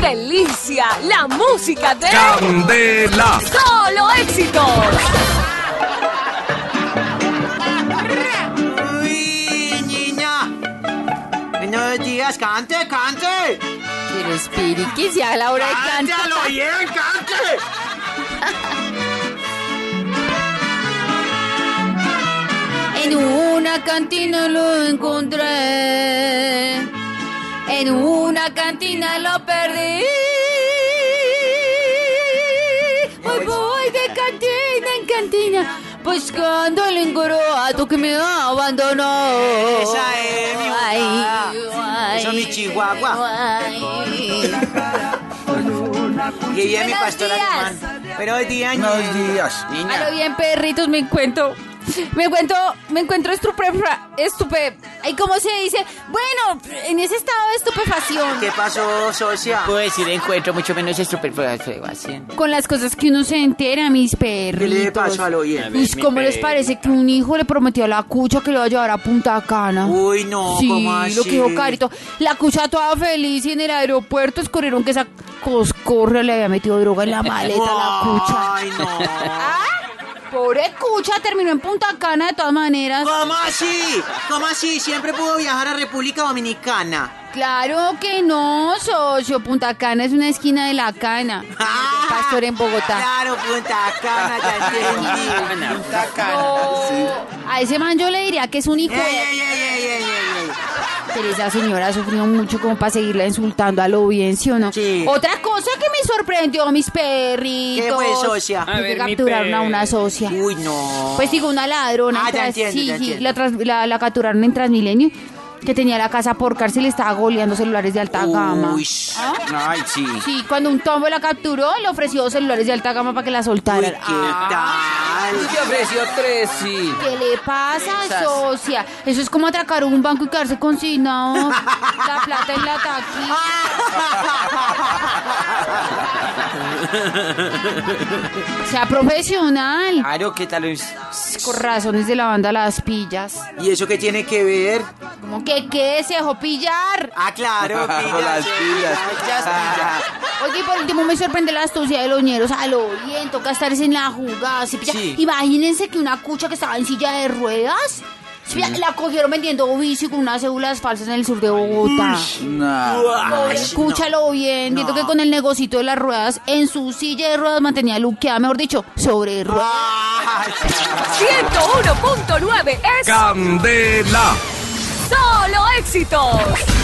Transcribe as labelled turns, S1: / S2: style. S1: delicia! La música de...
S2: Candela.
S1: ¡Solo éxitos!
S3: Uy, niña. Buenos días, cante, cante.
S1: Pero Spiriki, si a la
S3: Ah,
S1: hora de cantar...
S3: ¡Cántalo bien, cante!
S1: En una cantina lo encontré. En una cantina lo perdí. Hoy voy de cantina en cantina. Buscando el ingrato que me abandonó.
S3: Esa es mi
S1: Ay,
S3: bocada.
S1: ay,
S3: Eso es mi chihuahua.
S1: ay.
S3: Y ella es mi
S1: Buenos
S3: pastora
S1: días.
S3: alemán. Pero hoy día, niña.
S4: Buenos días.
S3: Niña.
S1: A lo bien, perritos, me encuentro. Me encuentro, me encuentro estupefra, estupe. ¿Y cómo se dice? Bueno, en ese estado de estupefacción.
S3: ¿Qué pasó, socia?
S4: Puedo decir encuentro, mucho menos estupefacción.
S1: Con las cosas que uno se entera, mis perritos.
S3: ¿Qué le pasó al
S4: A
S3: oyente?
S4: ver.
S1: Uy,
S4: mi
S1: ¿cómo les
S4: perro.
S1: parece que un hijo le prometió a la cucha que lo va a llevar a Punta Cana?
S3: Uy, no,
S1: sí,
S3: ¿cómo así?
S1: lo que dijo Carito. La cucha toda feliz y en el aeropuerto escorrieron que esa coscorra le había metido droga en la maleta a la cucha. Ah,
S3: Ay, no.
S1: Pobre cucha, terminó en Punta Cana de todas maneras.
S3: ¿Cómo así? ¿Cómo así? Siempre pudo viajar a República Dominicana.
S1: Claro que no, socio. Punta Cana es una esquina de la cana.
S3: Ah,
S1: Pastor en Bogotá.
S3: Claro, Punta Cana, ya entendí.
S1: No, A ese man yo le diría que es un hijo.
S3: Ey, ey, ey, ey, ey, ey, ey.
S1: Pero esa señora ha sufrido mucho como para seguirla insultando a lo bien, ¿sí o no?
S3: Sí.
S1: Otra cosa que me sorprendió, mis perritos.
S3: ¿Qué fue, socia?
S1: Fue
S4: A
S1: que
S4: ver, mi
S1: capturaron a
S4: perro.
S1: una socia.
S3: Uy, no.
S1: Pues digo, una ladrona.
S3: Ah,
S1: en
S3: ya
S1: Trans-
S3: entiendo,
S1: sí,
S3: ya
S1: sí,
S3: entiendo.
S1: La, tras- la- la capturaron en Transmilenio, que tenía la casa por cárcel y estaba goleando celulares de alta gama. ¿Ah?
S3: Uy, sh-
S4: Ay, sí.
S1: Sí, cuando un tombo la capturó, le ofreció dos celulares de alta gama para que la
S3: uy,
S1: soltara.
S3: ¿qué
S1: Ah,
S3: tal?
S4: Te ofreció tres, sí.
S1: ¿Qué le pasa,
S4: Esas.
S1: socia? Eso es como atracar un banco y quedarse consignado. la plata en la taquilla. sea profesional.
S4: Claro, ¿qué tal? es?
S1: Con razones de la banda Las Pillas.
S3: ¿Y eso qué tiene que ver?
S1: Como que qué se dejó pillar.
S3: Ah, claro, pilla,
S4: Las
S3: sí,
S4: pillas.
S3: ya, ya,
S1: Oye, y por último me sorprende la astucia de los ñeros. A lo bien, toca estar en la jugada. ¿sí pilla?
S4: Sí.
S1: Imagínense que una cucha que estaba en silla de ruedas. ¿sí pilla? La cogieron vendiendo bici con unas cédulas falsas en el sur de Bogotá.
S4: No.
S3: ya. Ay,
S1: Escúchalo bien, viendo
S3: No.
S1: que con el negocito de las ruedas, en su silla de ruedas mantenía luqueada, mejor dicho, sobre ruedas.
S3: Ay,
S5: 101.9 es
S2: Candela.
S5: solo éxitos.